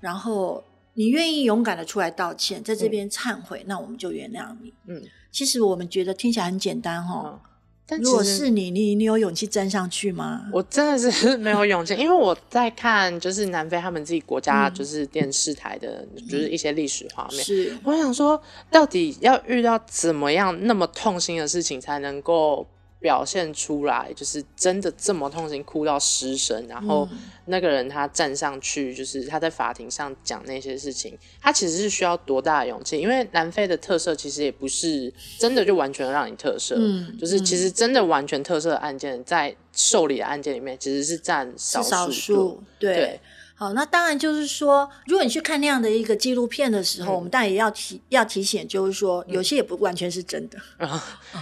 [SPEAKER 2] 然后你愿意勇敢的出来道歉，在这边忏悔，那我们就原谅你。
[SPEAKER 1] 嗯
[SPEAKER 2] 其实我们觉得听起来很简单哦，
[SPEAKER 1] 嗯，但
[SPEAKER 2] 如果
[SPEAKER 1] 其实
[SPEAKER 2] 是你，你你有勇气站上去吗？
[SPEAKER 1] 我真的是 没有勇气，因为我在看就是南非他们自己国家
[SPEAKER 2] 嗯
[SPEAKER 1] 就是电视台的，就是一些历史画面。
[SPEAKER 2] 是
[SPEAKER 1] 我想说，到底要遇到怎么样那么痛心的事情才能够表现出来？就是真的这么痛心，哭到失声，然后
[SPEAKER 2] 嗯
[SPEAKER 1] 那个人他站上去，就是他在法庭上讲那些事情，他其实是需要多大的勇气？因为南非的特色其实也不是真的就完全让你特色，
[SPEAKER 2] 嗯
[SPEAKER 1] 就是其
[SPEAKER 2] 嗯
[SPEAKER 1] 实真的完全特色的案件，在受理的案件里面其实是占少
[SPEAKER 2] 是少
[SPEAKER 1] 数
[SPEAKER 2] 数，对。
[SPEAKER 1] 的，对，
[SPEAKER 2] 好，那当然就是说，如果你去看那样的一个纪录片的时候，
[SPEAKER 1] 嗯
[SPEAKER 2] 我们当然也要提要提醒，就是说有些也不完全是真的，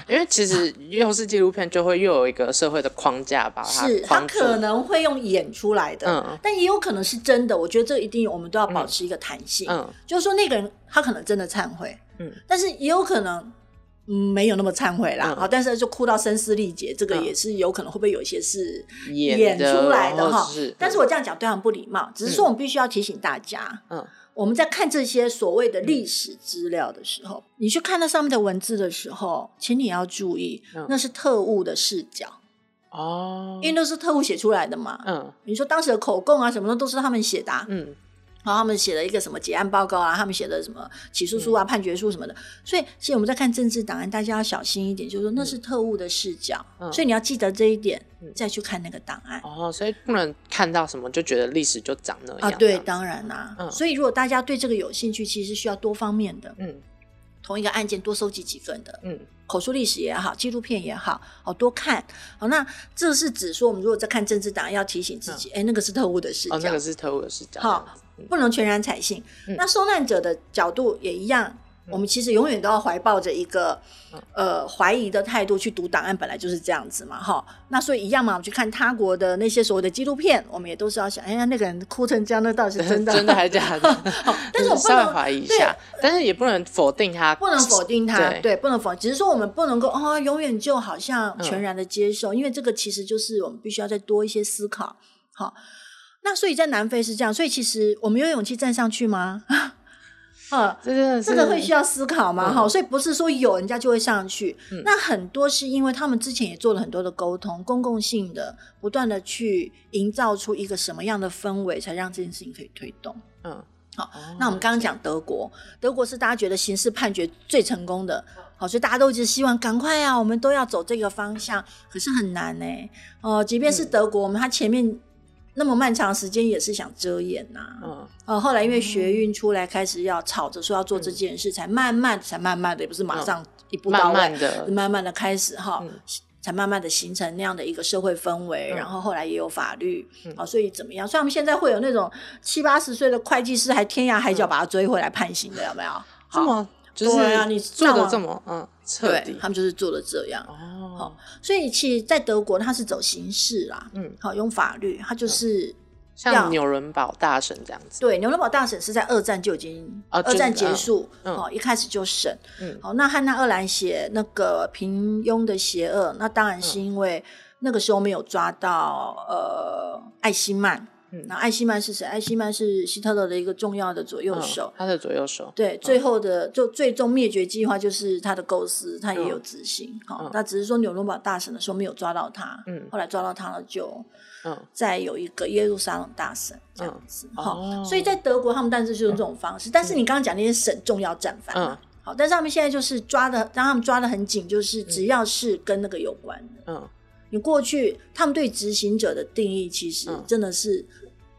[SPEAKER 1] 因为其实又是纪录片，就会又有一个社会的框架把它
[SPEAKER 2] 是他
[SPEAKER 1] 框住
[SPEAKER 2] 可能会用演出来的，
[SPEAKER 1] 嗯
[SPEAKER 2] 但也有可能是真的。我觉得这一定我们都要保持一个弹性，
[SPEAKER 1] 嗯
[SPEAKER 2] 就是说那个人他可能真的忏悔，
[SPEAKER 1] 嗯，
[SPEAKER 2] 但是也有可能。嗯，没有那么忏悔啦，
[SPEAKER 1] 嗯
[SPEAKER 2] 好、但是就哭到声嘶力竭，这个
[SPEAKER 1] 嗯
[SPEAKER 2] 也是有可能，会不会有一些是
[SPEAKER 1] 演
[SPEAKER 2] 演
[SPEAKER 1] 的
[SPEAKER 2] 出来的
[SPEAKER 1] 然后
[SPEAKER 2] 哈
[SPEAKER 1] 是？
[SPEAKER 2] 但是我这样讲对他们不礼貌，只是说我们必须要提醒大家，
[SPEAKER 1] 嗯
[SPEAKER 2] 我们在看这些所谓的历史资料的时候，你去看那上面的文字的时候，请你要注意，
[SPEAKER 1] 嗯
[SPEAKER 2] 那是特务的视角，
[SPEAKER 1] 哦
[SPEAKER 2] 因，为都是特务写出来的嘛，
[SPEAKER 1] 嗯
[SPEAKER 2] 你说当时的口供啊什么的都是他们写的、啊，
[SPEAKER 1] 嗯
[SPEAKER 2] 然后他们写了一个什么结案报告啊，他们写的什么起诉
[SPEAKER 1] 嗯
[SPEAKER 2] 书啊、判决书什么的。所以，其实我们在看政治档案，大家要小心一点，就是说那是特务的视角，
[SPEAKER 1] 嗯
[SPEAKER 2] 所以你要记得这一点，
[SPEAKER 1] 嗯
[SPEAKER 2] 再去看那个档案。
[SPEAKER 1] 哦，所以不能看到什么就觉得历史就长那样
[SPEAKER 2] 啊，对，
[SPEAKER 1] 这样
[SPEAKER 2] 当然啦、
[SPEAKER 1] 嗯
[SPEAKER 2] 所以如果大家对这个有兴趣，其实需要多方面的，
[SPEAKER 1] 嗯
[SPEAKER 2] 同一个案件多收集几个人的
[SPEAKER 1] 嗯
[SPEAKER 2] 口述历史也好，纪录片也好，好多看。好，那这是指说我们如果在看政治档，要提醒自己，哎、那个是特务的视角，
[SPEAKER 1] 哦，那个是特务的视角。
[SPEAKER 2] 好
[SPEAKER 1] 这样子，
[SPEAKER 2] 不能全然采信。
[SPEAKER 1] 嗯
[SPEAKER 2] 那受难者的角度也一样，我们其实永远都要怀抱着一个
[SPEAKER 1] 嗯
[SPEAKER 2] 呃怀疑的态度去读档案，本来就是这样子嘛，哈。那所以一样嘛，我们去看他国的那些所谓的纪录片，我们也都是要想，哎呀，那个人哭成这样，那到底是
[SPEAKER 1] 嗯
[SPEAKER 2] 真的？
[SPEAKER 1] 真的还假的？
[SPEAKER 2] 好 但是我不
[SPEAKER 1] 稍微
[SPEAKER 2] 能
[SPEAKER 1] 怀疑一下，但是也不能否定他，
[SPEAKER 2] 不能否定它，
[SPEAKER 1] 对
[SPEAKER 2] 对，不能否，只是说我们不能够啊、永远就好像全然的接受，因为这个其实就是我们必须要再多一些思考。好，那所以在南非是这样，所以其实我们有勇气站上去吗？ 啊，
[SPEAKER 1] 这真的是
[SPEAKER 2] 这个会需要思考嘛？
[SPEAKER 1] 嗯
[SPEAKER 2] 哈、所以不是说有人家就会上去。
[SPEAKER 1] 嗯
[SPEAKER 2] 那很多是因为他们之前也做了很多的沟通，公共性的，不断的去营造出一个什么样的氛围，才让这件事情可以推动。
[SPEAKER 1] 嗯
[SPEAKER 2] 好
[SPEAKER 1] 哦
[SPEAKER 2] 那我们刚刚讲德国，德国是大家觉得刑事判决最成功的，好，所以大家都一直希望赶快啊，我们都要走这个方向，可是很难呢、哦、即便是
[SPEAKER 1] 嗯
[SPEAKER 2] 德国，我们它前面那么漫长时间也是想遮掩呐、
[SPEAKER 1] 嗯嗯
[SPEAKER 2] 呃，后来因为学运出来，开始要吵着说要做这件事，才慢慢才慢慢的，也不是马上一步到
[SPEAKER 1] 慢慢
[SPEAKER 2] 位，
[SPEAKER 1] 的
[SPEAKER 2] 慢慢的开始哈。
[SPEAKER 1] 嗯
[SPEAKER 2] 才慢慢的形成那样的一个社会氛围，
[SPEAKER 1] 嗯
[SPEAKER 2] 然后后来也有法律，
[SPEAKER 1] 嗯
[SPEAKER 2] 啊，所以怎么样？所以我们现在会有那种七八十岁的会计师还天涯海角
[SPEAKER 1] 嗯
[SPEAKER 2] 把他追回来判刑的，有没有？
[SPEAKER 1] 这
[SPEAKER 2] 好
[SPEAKER 1] 么就是
[SPEAKER 2] 对啊你
[SPEAKER 1] 做
[SPEAKER 2] 上
[SPEAKER 1] 的
[SPEAKER 2] 网
[SPEAKER 1] 这么嗯彻
[SPEAKER 2] 对
[SPEAKER 1] 底，
[SPEAKER 2] 他们就是做了这样。
[SPEAKER 1] 哦，
[SPEAKER 2] 所以其实，在德国他是走刑事啦，
[SPEAKER 1] 嗯，
[SPEAKER 2] 好用法律，他就是要
[SPEAKER 1] 像纽伦堡大神这样子，
[SPEAKER 2] 对牛顿堡大审是在二战就已经，
[SPEAKER 1] 哦
[SPEAKER 2] 二战
[SPEAKER 1] 就是
[SPEAKER 2] 结束，
[SPEAKER 1] 嗯
[SPEAKER 2] 哦，一开始就审，
[SPEAKER 1] 嗯
[SPEAKER 2] 好，那汉娜·鄂兰写那个平庸的邪恶，那当
[SPEAKER 1] 嗯
[SPEAKER 2] 然是因为那个时候没有抓到呃艾希曼。
[SPEAKER 1] 嗯
[SPEAKER 2] 那艾希曼是谁？艾希曼是希特勒的一个重要的左右
[SPEAKER 1] 嗯
[SPEAKER 2] 手。
[SPEAKER 1] 他的左右手，
[SPEAKER 2] 对，最后的就最终灭绝计划就是他的构思，他也有执行。好、
[SPEAKER 1] 嗯
[SPEAKER 2] 那只是说纽伦堡大审的时候没有抓到他，
[SPEAKER 1] 嗯
[SPEAKER 2] 后来抓到他了，就
[SPEAKER 1] 嗯
[SPEAKER 2] 再有一个耶路撒冷大审这样子。好、
[SPEAKER 1] 哦
[SPEAKER 2] 所以在德国他们但是就是这种方式。但是你刚刚讲那些省重要战犯嘛，
[SPEAKER 1] 嗯
[SPEAKER 2] 好，但是他们现在就是抓的，让他们抓的很紧，就是只要是跟那个有关的，
[SPEAKER 1] 嗯
[SPEAKER 2] 你过去他们对执行者的定义其实
[SPEAKER 1] 嗯
[SPEAKER 2] 真的是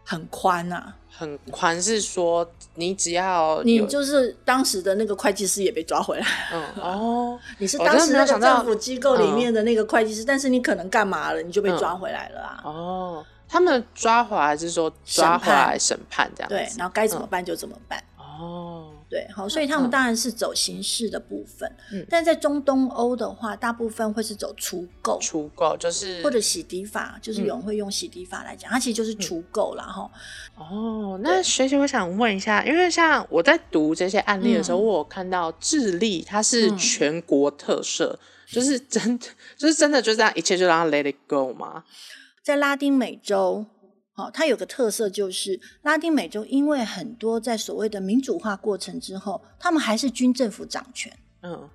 [SPEAKER 2] 很宽啊，
[SPEAKER 1] 很宽是说你只要有
[SPEAKER 2] 你就是当时的那个会计师也被抓回来，
[SPEAKER 1] 嗯哦，
[SPEAKER 2] 你是
[SPEAKER 1] 我真
[SPEAKER 2] 当
[SPEAKER 1] 的
[SPEAKER 2] 时
[SPEAKER 1] 没
[SPEAKER 2] 那
[SPEAKER 1] 有
[SPEAKER 2] 个
[SPEAKER 1] 想到
[SPEAKER 2] 政府机构里面的那个会计师，但是你可能干嘛了，你就被
[SPEAKER 1] 嗯
[SPEAKER 2] 抓回来了啊，
[SPEAKER 1] 哦，他们抓回来是说抓回来审判这样
[SPEAKER 2] 对，
[SPEAKER 1] 子，
[SPEAKER 2] 然后该怎么办就怎么办。
[SPEAKER 1] 哦，
[SPEAKER 2] 对，好，所以他们当然是走形式的部分，
[SPEAKER 1] 嗯
[SPEAKER 2] 但在中东欧的话，大部分会是走除垢，
[SPEAKER 1] 除垢就是
[SPEAKER 2] 或者洗涤法，就是
[SPEAKER 1] 嗯
[SPEAKER 2] 有人会用洗涤法来讲，它其实就是除垢啦。哈、
[SPEAKER 1] 哦，那学姐，我想问一下，因为像我在读这些案例的时候，
[SPEAKER 2] 嗯
[SPEAKER 1] 我有看到智利它是
[SPEAKER 2] 嗯
[SPEAKER 1] 全国特赦，就是真 的，就是真的就这样，一切就让它 let it go 嘛。
[SPEAKER 2] 在拉丁美洲，哦，它有个特色就是拉丁美洲，因为很多在所谓的民主化过程之后，他们还是军政府掌权，
[SPEAKER 1] 嗯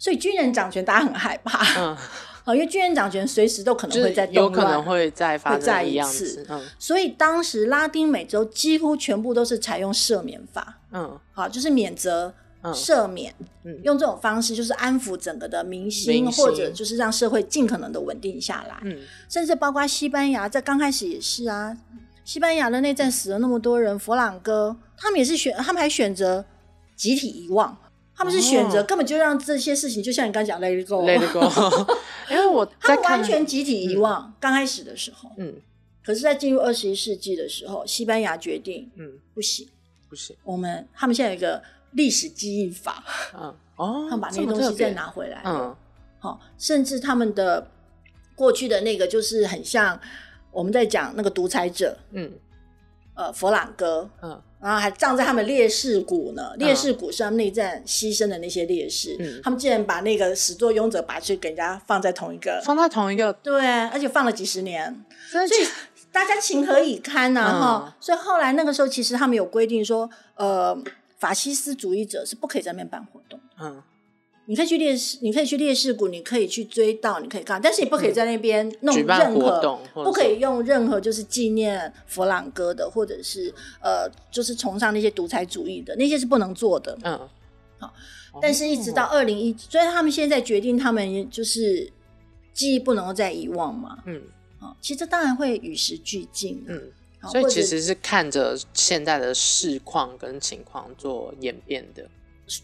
[SPEAKER 2] 所以军人掌权大家很害怕，
[SPEAKER 1] 嗯，
[SPEAKER 2] 哦，因为军人掌权随时都可能
[SPEAKER 1] 就
[SPEAKER 2] 会在
[SPEAKER 1] 是
[SPEAKER 2] 动
[SPEAKER 1] 有可
[SPEAKER 2] 乱
[SPEAKER 1] 能。会再发
[SPEAKER 2] 会再
[SPEAKER 1] 生一
[SPEAKER 2] 一
[SPEAKER 1] 样
[SPEAKER 2] 次
[SPEAKER 1] 子。嗯
[SPEAKER 2] 所以当时拉丁美洲几乎全部都是采用赦免法，
[SPEAKER 1] 嗯
[SPEAKER 2] 好，就是免责、
[SPEAKER 1] 嗯
[SPEAKER 2] 赦免，
[SPEAKER 1] 嗯
[SPEAKER 2] 用这种方式就是安抚整个的民心，
[SPEAKER 1] 民心
[SPEAKER 2] 或者就是让社会尽可能的稳定下来。
[SPEAKER 1] 嗯
[SPEAKER 2] 甚至包括西班牙，在刚开始也是啊，西班牙的内战死了那么多人，佛朗哥他们也是选，他们还选择集体遗忘，他们是选择
[SPEAKER 1] 哦
[SPEAKER 2] 根本就让这些事情，就像你刚讲 let it go，
[SPEAKER 1] ，let it go，因 为我
[SPEAKER 2] 哦 他
[SPEAKER 1] 在
[SPEAKER 2] 们
[SPEAKER 1] 看
[SPEAKER 2] 完，全集体遗忘。刚开始的时候，
[SPEAKER 1] 嗯
[SPEAKER 2] 可是，在进入二十一世纪的时候，西班牙决定
[SPEAKER 1] 嗯，
[SPEAKER 2] 不行，
[SPEAKER 1] 不行，
[SPEAKER 2] 我们他们现在有一个历史记忆法，
[SPEAKER 1] 嗯哦，
[SPEAKER 2] 他们把那
[SPEAKER 1] 这
[SPEAKER 2] 些
[SPEAKER 1] 么
[SPEAKER 2] 东
[SPEAKER 1] 特
[SPEAKER 2] 西再
[SPEAKER 1] 别，
[SPEAKER 2] 拿回来。
[SPEAKER 1] 嗯
[SPEAKER 2] 好、甚至他们的过去的那个就是很像我们在讲那个独裁者，
[SPEAKER 1] 嗯
[SPEAKER 2] 呃，佛朗哥，
[SPEAKER 1] 嗯
[SPEAKER 2] 然后还葬在他们烈士谷呢。烈士谷是他们内战牺牲的那些烈士，
[SPEAKER 1] 嗯
[SPEAKER 2] 他们竟然把那个始作俑者把去给人家放在同一个，
[SPEAKER 1] 放在同一个，
[SPEAKER 2] 对，而且放了几十年，
[SPEAKER 1] 真的
[SPEAKER 2] 所以大家情何以堪呐、
[SPEAKER 1] 嗯
[SPEAKER 2] 哈、所以后来那个时候，其实他们有规定说，呃，法西斯主义者是不可以在那边办活动的。
[SPEAKER 1] 嗯
[SPEAKER 2] 你可以去烈士，你可以去烈士谷，你可以去追悼，你可以干嘛，但是你不可以在那边弄
[SPEAKER 1] 举
[SPEAKER 2] 任
[SPEAKER 1] 办
[SPEAKER 2] 何，
[SPEAKER 1] 活动，或者
[SPEAKER 2] 不可
[SPEAKER 1] 是
[SPEAKER 2] 以用任何就是纪念佛朗哥的，或者是呃，就是崇尚那些独裁主义的，那些是不能做的。
[SPEAKER 1] 嗯，
[SPEAKER 2] 好，但是，一直到
[SPEAKER 1] 哦
[SPEAKER 2] 二零一，所以他们现在决定，他们就是记忆不能够再遗忘嘛。
[SPEAKER 1] 嗯
[SPEAKER 2] 啊、其实这当然会与时俱进、啊。
[SPEAKER 1] 嗯，
[SPEAKER 2] 好
[SPEAKER 1] 所以
[SPEAKER 2] 或者
[SPEAKER 1] 其实是看着现在的市况跟情况做演变的，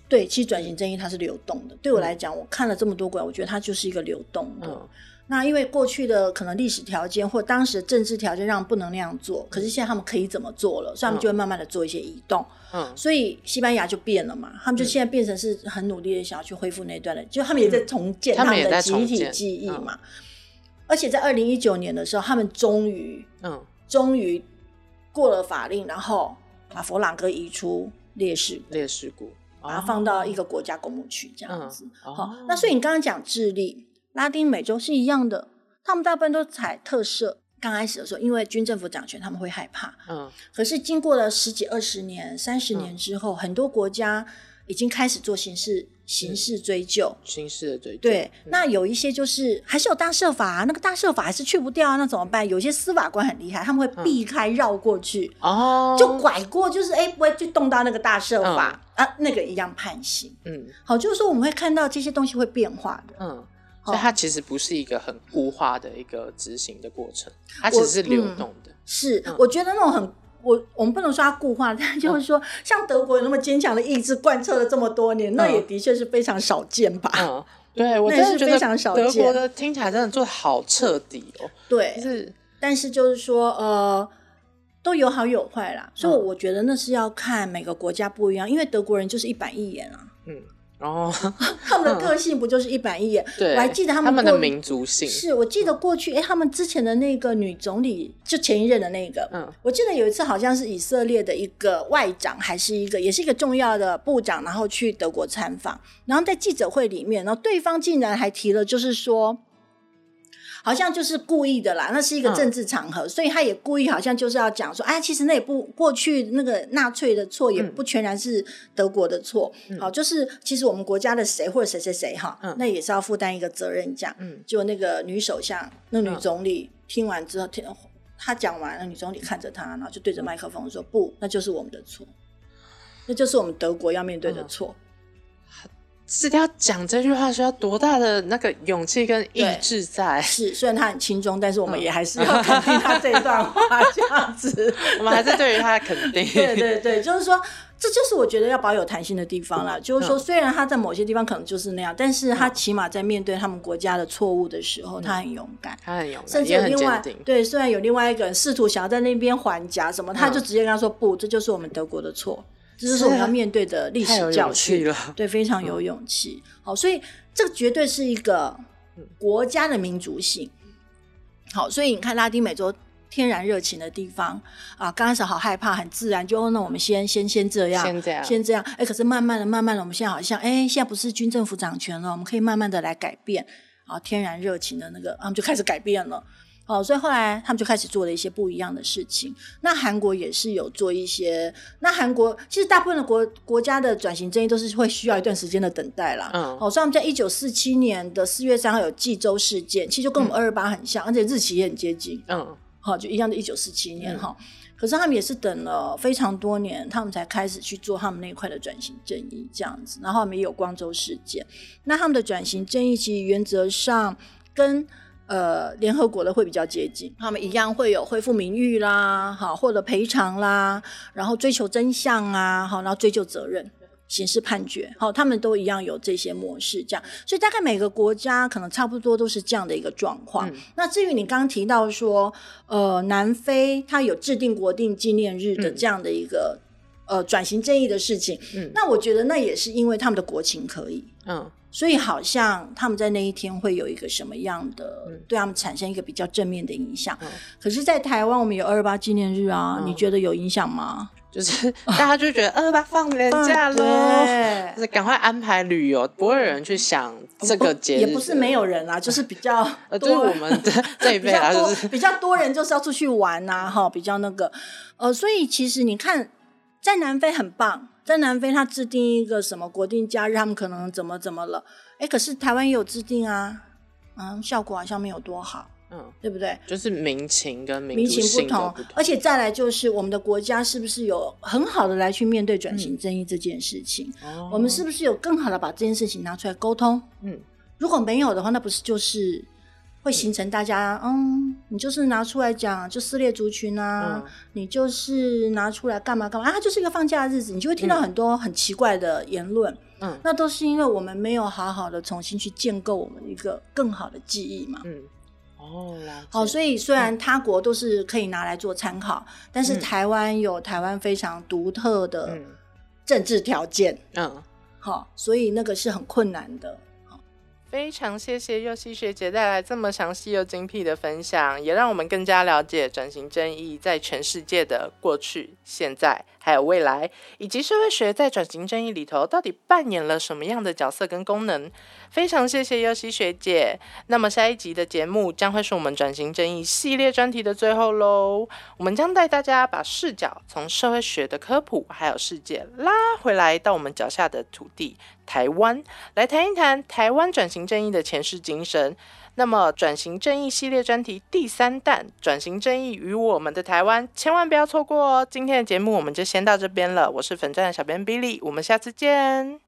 [SPEAKER 2] 对，其实转型正义它是流动的。对我来讲，我看了这么多国家，我觉得它就是一个流动的。
[SPEAKER 1] 嗯
[SPEAKER 2] 那因为过去的可能历史条件或当时的政治条件让不能那样做，可是现在他们可以怎么做了，所以他们就会慢慢的做一些移动。
[SPEAKER 1] 嗯，
[SPEAKER 2] 所以西班牙就变了嘛，他们就现在变成是很努力的想要去恢复那段的，就他们也在重建
[SPEAKER 1] 嗯他们也
[SPEAKER 2] 的
[SPEAKER 1] 在
[SPEAKER 2] 集
[SPEAKER 1] 重
[SPEAKER 2] 体
[SPEAKER 1] 建
[SPEAKER 2] 记忆
[SPEAKER 1] 嗯
[SPEAKER 2] 嘛。而且在二零一九年的时候，他们终于
[SPEAKER 1] 嗯
[SPEAKER 2] 终于过了法令，然后把佛朗哥移出烈士国，
[SPEAKER 1] 烈士谷，
[SPEAKER 2] 把它放到一个国家公墓去这样子。
[SPEAKER 1] 哦
[SPEAKER 2] 好、那所以你刚刚讲智利、拉丁美洲是一样的，他们大部分都采特赦。刚开始的时候，因为军政府掌权，他们会害怕。
[SPEAKER 1] 嗯
[SPEAKER 2] 可是经过了十几、二十年、三十年之后，很多国家已经开始做刑事刑事追究。
[SPEAKER 1] 军事的追究
[SPEAKER 2] 嗯对，
[SPEAKER 1] 嗯
[SPEAKER 2] 那有一些就是还是有大赦法、啊，那个大赦法还是去不掉、啊，那怎么办？有些司法官很厉害，他们会避开绕过去，
[SPEAKER 1] 哦，
[SPEAKER 2] 就拐过，就是哎、不会去动到那个大赦法、啊，那个一样判刑。
[SPEAKER 1] 嗯
[SPEAKER 2] 好，就是说我们会看到这些东西会变化的。
[SPEAKER 1] 嗯。
[SPEAKER 2] 好
[SPEAKER 1] 所以它其实不是一个很固化的一个执行的过程，它其实是流动的。
[SPEAKER 2] 是，
[SPEAKER 1] 嗯
[SPEAKER 2] 我觉得那种很。我我们不能说它固化，但就是说，
[SPEAKER 1] 嗯
[SPEAKER 2] 像德国有那么坚强的意志贯彻了这么多年，那
[SPEAKER 1] 嗯
[SPEAKER 2] 也的确是非常少见吧？
[SPEAKER 1] 嗯，对我真
[SPEAKER 2] 啊那也
[SPEAKER 1] 的
[SPEAKER 2] 是
[SPEAKER 1] 觉
[SPEAKER 2] 非
[SPEAKER 1] 得
[SPEAKER 2] 常少
[SPEAKER 1] 德国
[SPEAKER 2] 见
[SPEAKER 1] 的听起来真的做的好彻底哦，就
[SPEAKER 2] 对，
[SPEAKER 1] 是
[SPEAKER 2] 但是就是说，呃，都有好有坏啦，所以
[SPEAKER 1] 嗯
[SPEAKER 2] 我觉得那是要看每个国家不一样，因为德国人就是一板一眼啊，
[SPEAKER 1] 哦，
[SPEAKER 2] 他们的个性不就是一板一眼？
[SPEAKER 1] 对，
[SPEAKER 2] 我还记得
[SPEAKER 1] 他
[SPEAKER 2] 他们
[SPEAKER 1] 的
[SPEAKER 2] 过
[SPEAKER 1] 民族性，
[SPEAKER 2] 是我记得过去，哎、他们之前的那个女总理，就前一任的那个，
[SPEAKER 1] 嗯
[SPEAKER 2] 我记得有一次好像是以色列的一个外长，还是一个也是一个重要的部长，然后去德国参访，然后在记者会里面，然后对方竟然还提了，就是说。好像就是故意的啦，那是一个
[SPEAKER 1] 嗯
[SPEAKER 2] 政治场合，所以他也故意，好像就是要讲说，哎，其实那也不过去那个纳粹的错，也
[SPEAKER 1] 嗯
[SPEAKER 2] 不全然是德国的错，好，就是其实我们国家的谁或者谁谁谁哈，
[SPEAKER 1] 嗯
[SPEAKER 2] 那也是要负担一个责任这样，
[SPEAKER 1] 嗯
[SPEAKER 2] 就那个女首相，那女
[SPEAKER 1] 嗯
[SPEAKER 2] 总理、听完之后，听她讲完，那女总理看着她，然后就对着麦克风说：“不，那就是我们的错，那就是我们德国要面对的错。
[SPEAKER 1] 嗯是要讲这句话需要多大的那个勇气跟意
[SPEAKER 2] 对
[SPEAKER 1] 志在？
[SPEAKER 2] 是，虽然她很轻中，但是
[SPEAKER 1] 嗯
[SPEAKER 2] 我们也还是要肯定她这一段话，这 样子。
[SPEAKER 1] 我们还是对于他的肯定。
[SPEAKER 2] 对对对，就是说，这就是我觉得要保有弹性的地方啦。就是说，
[SPEAKER 1] 嗯
[SPEAKER 2] 虽然她在某些地方可能就是那样，但是她起码在面对他们国家的错误的时
[SPEAKER 1] 嗯
[SPEAKER 2] 候，她很勇敢。
[SPEAKER 1] 他很勇敢，
[SPEAKER 2] 甚至
[SPEAKER 1] 也
[SPEAKER 2] 有
[SPEAKER 1] 很
[SPEAKER 2] 另外
[SPEAKER 1] 坚定。
[SPEAKER 2] 对，虽然有另外一个人试图想要在那边还价什么，他
[SPEAKER 1] 嗯
[SPEAKER 2] 就直接跟他说：“不，这就是我们德国的错，这就是我们要面对的历
[SPEAKER 1] 啊太有
[SPEAKER 2] 史
[SPEAKER 1] 勇
[SPEAKER 2] 教
[SPEAKER 1] 气
[SPEAKER 2] 训。
[SPEAKER 1] 了，”
[SPEAKER 2] 对，非常
[SPEAKER 1] 嗯
[SPEAKER 2] 有勇气。好，所以这绝对是一个
[SPEAKER 1] 嗯
[SPEAKER 2] 国家的民族性。好，所以你看拉丁美洲天然热情的地方啊，刚开始好害怕，很自然就、哦、那我们先先先这样，
[SPEAKER 1] 先这样，
[SPEAKER 2] 先这样，哎，可是慢慢的、慢慢的，我们现在好像，哎，现在不是军政府掌权了，我们可以慢慢的来改变，啊，天然热情的那个，啊他们就开始改变了，哦，所以后来他们就开始做了一些不一样的事情。那韩国也是有做一些，那韩国其实大部分的国国家的转型正义都是会需要一段时间的等待啦。
[SPEAKER 1] 嗯
[SPEAKER 2] 哦，所以他们在一九四七年的四月三号有济州事件，其实就跟我们二二八很像，而且日期也很接近。
[SPEAKER 1] 嗯
[SPEAKER 2] 好，就一样的，一九四七年
[SPEAKER 1] 嗯
[SPEAKER 2] 哈、可是他们也是等了非常多年，他们才开始去做他们那一块的转型正义这样子。然后他们也有光州事件，那他们的转型正义其实原则上跟呃联合国的会比较接近，他们一样会有恢复名誉啦，好获得赔偿啦，然后追求真相啊，好，然后追究责任。刑事判决，好，他们都一样有这些模式，这样，所以大概每个国家可能差不多都是这样的一个状况。
[SPEAKER 1] 嗯
[SPEAKER 2] 那至于你刚刚提到说，呃，南非它有制定国定纪念日的
[SPEAKER 1] 嗯
[SPEAKER 2] 这样的一个、呃转型正义的事情，
[SPEAKER 1] 嗯
[SPEAKER 2] 那我觉得那也是因为他们的国情可以，
[SPEAKER 1] 嗯
[SPEAKER 2] 所以好像他们在那一天会有一个什么样的、
[SPEAKER 1] 嗯
[SPEAKER 2] 对他们产生一个比较正面的影响。
[SPEAKER 1] 嗯
[SPEAKER 2] 可是，在台湾我们有二二八纪念日啊，
[SPEAKER 1] 嗯
[SPEAKER 2] 你觉得有影响吗？
[SPEAKER 1] 就是 大家就觉得，呃，把放年假
[SPEAKER 2] 嗯
[SPEAKER 1] 喽，
[SPEAKER 2] 对
[SPEAKER 1] 就是赶快安排旅游，不会有人去想这个节日，
[SPEAKER 2] 也不是没，有人啊，就是比较
[SPEAKER 1] 呃，就
[SPEAKER 2] 多
[SPEAKER 1] 是我们这这一
[SPEAKER 2] 比
[SPEAKER 1] 辈啊，
[SPEAKER 2] 较
[SPEAKER 1] 就
[SPEAKER 2] 多
[SPEAKER 1] 是
[SPEAKER 2] 比较多人就是要出去玩呐、 哈，比较那个，呃，所以其实你看，在南非很棒，在南非他制定一个什么国定假日，他们可能怎么怎么了，哎，可是台湾也有制定啊，嗯，效果好像没有多好，
[SPEAKER 1] 嗯，
[SPEAKER 2] 对不对？
[SPEAKER 1] 就是民情跟民
[SPEAKER 2] 民
[SPEAKER 1] 族
[SPEAKER 2] 情
[SPEAKER 1] 性
[SPEAKER 2] 不
[SPEAKER 1] 的
[SPEAKER 2] 同，
[SPEAKER 1] 不同，
[SPEAKER 2] 而且再来就是我们的国家是不是有很好的来去面对转
[SPEAKER 1] 嗯
[SPEAKER 2] 型正义这件事情？
[SPEAKER 1] 哦
[SPEAKER 2] 我们是不是有更好的把这件事情拿出来沟通？
[SPEAKER 1] 嗯
[SPEAKER 2] 如果没有的话，那不是就是会形成大家，嗯，你就是拿出来讲，就撕裂族群啊，
[SPEAKER 1] 嗯
[SPEAKER 2] 你就是拿出来干嘛干嘛啊，它就是一个放假的日子，你就会听到
[SPEAKER 1] 嗯
[SPEAKER 2] 很多很奇怪的言论。
[SPEAKER 1] 嗯
[SPEAKER 2] 那都是因为我们没有好好的重新去建构我们一个更好的记忆嘛。
[SPEAKER 1] 嗯，哦，了
[SPEAKER 2] 好，
[SPEAKER 1] 解
[SPEAKER 2] 所以虽然他国都是可以拿来做参考，但是
[SPEAKER 1] 嗯
[SPEAKER 2] 台湾有台湾非常独特的
[SPEAKER 1] 嗯
[SPEAKER 2] 政治条件，
[SPEAKER 1] 嗯。
[SPEAKER 2] 好，所以那个是很困难的。
[SPEAKER 1] 非常谢谢佑希学姐带来这么详细又精辟的分享，也让我们更加了解转型正义在全世界的过去、现在还有未来，以及社会学在转型正义里头到底扮演了什么样的角色跟功能。非常谢谢佑希学姐。那么下一集的节目将会是我们转型正义系列专题的最后喽，我们将带大家把视角从社会学的科普还有世界拉回来到我们脚下的土地台湾。来谈一谈台湾转型正义的前世今生。那么，转型正义系列专题第三弹“转型正义与我们的台湾”，千万不要错过哦！今天的节目我们就先到这边了，我是粉站的小编 Billy，我们下次见。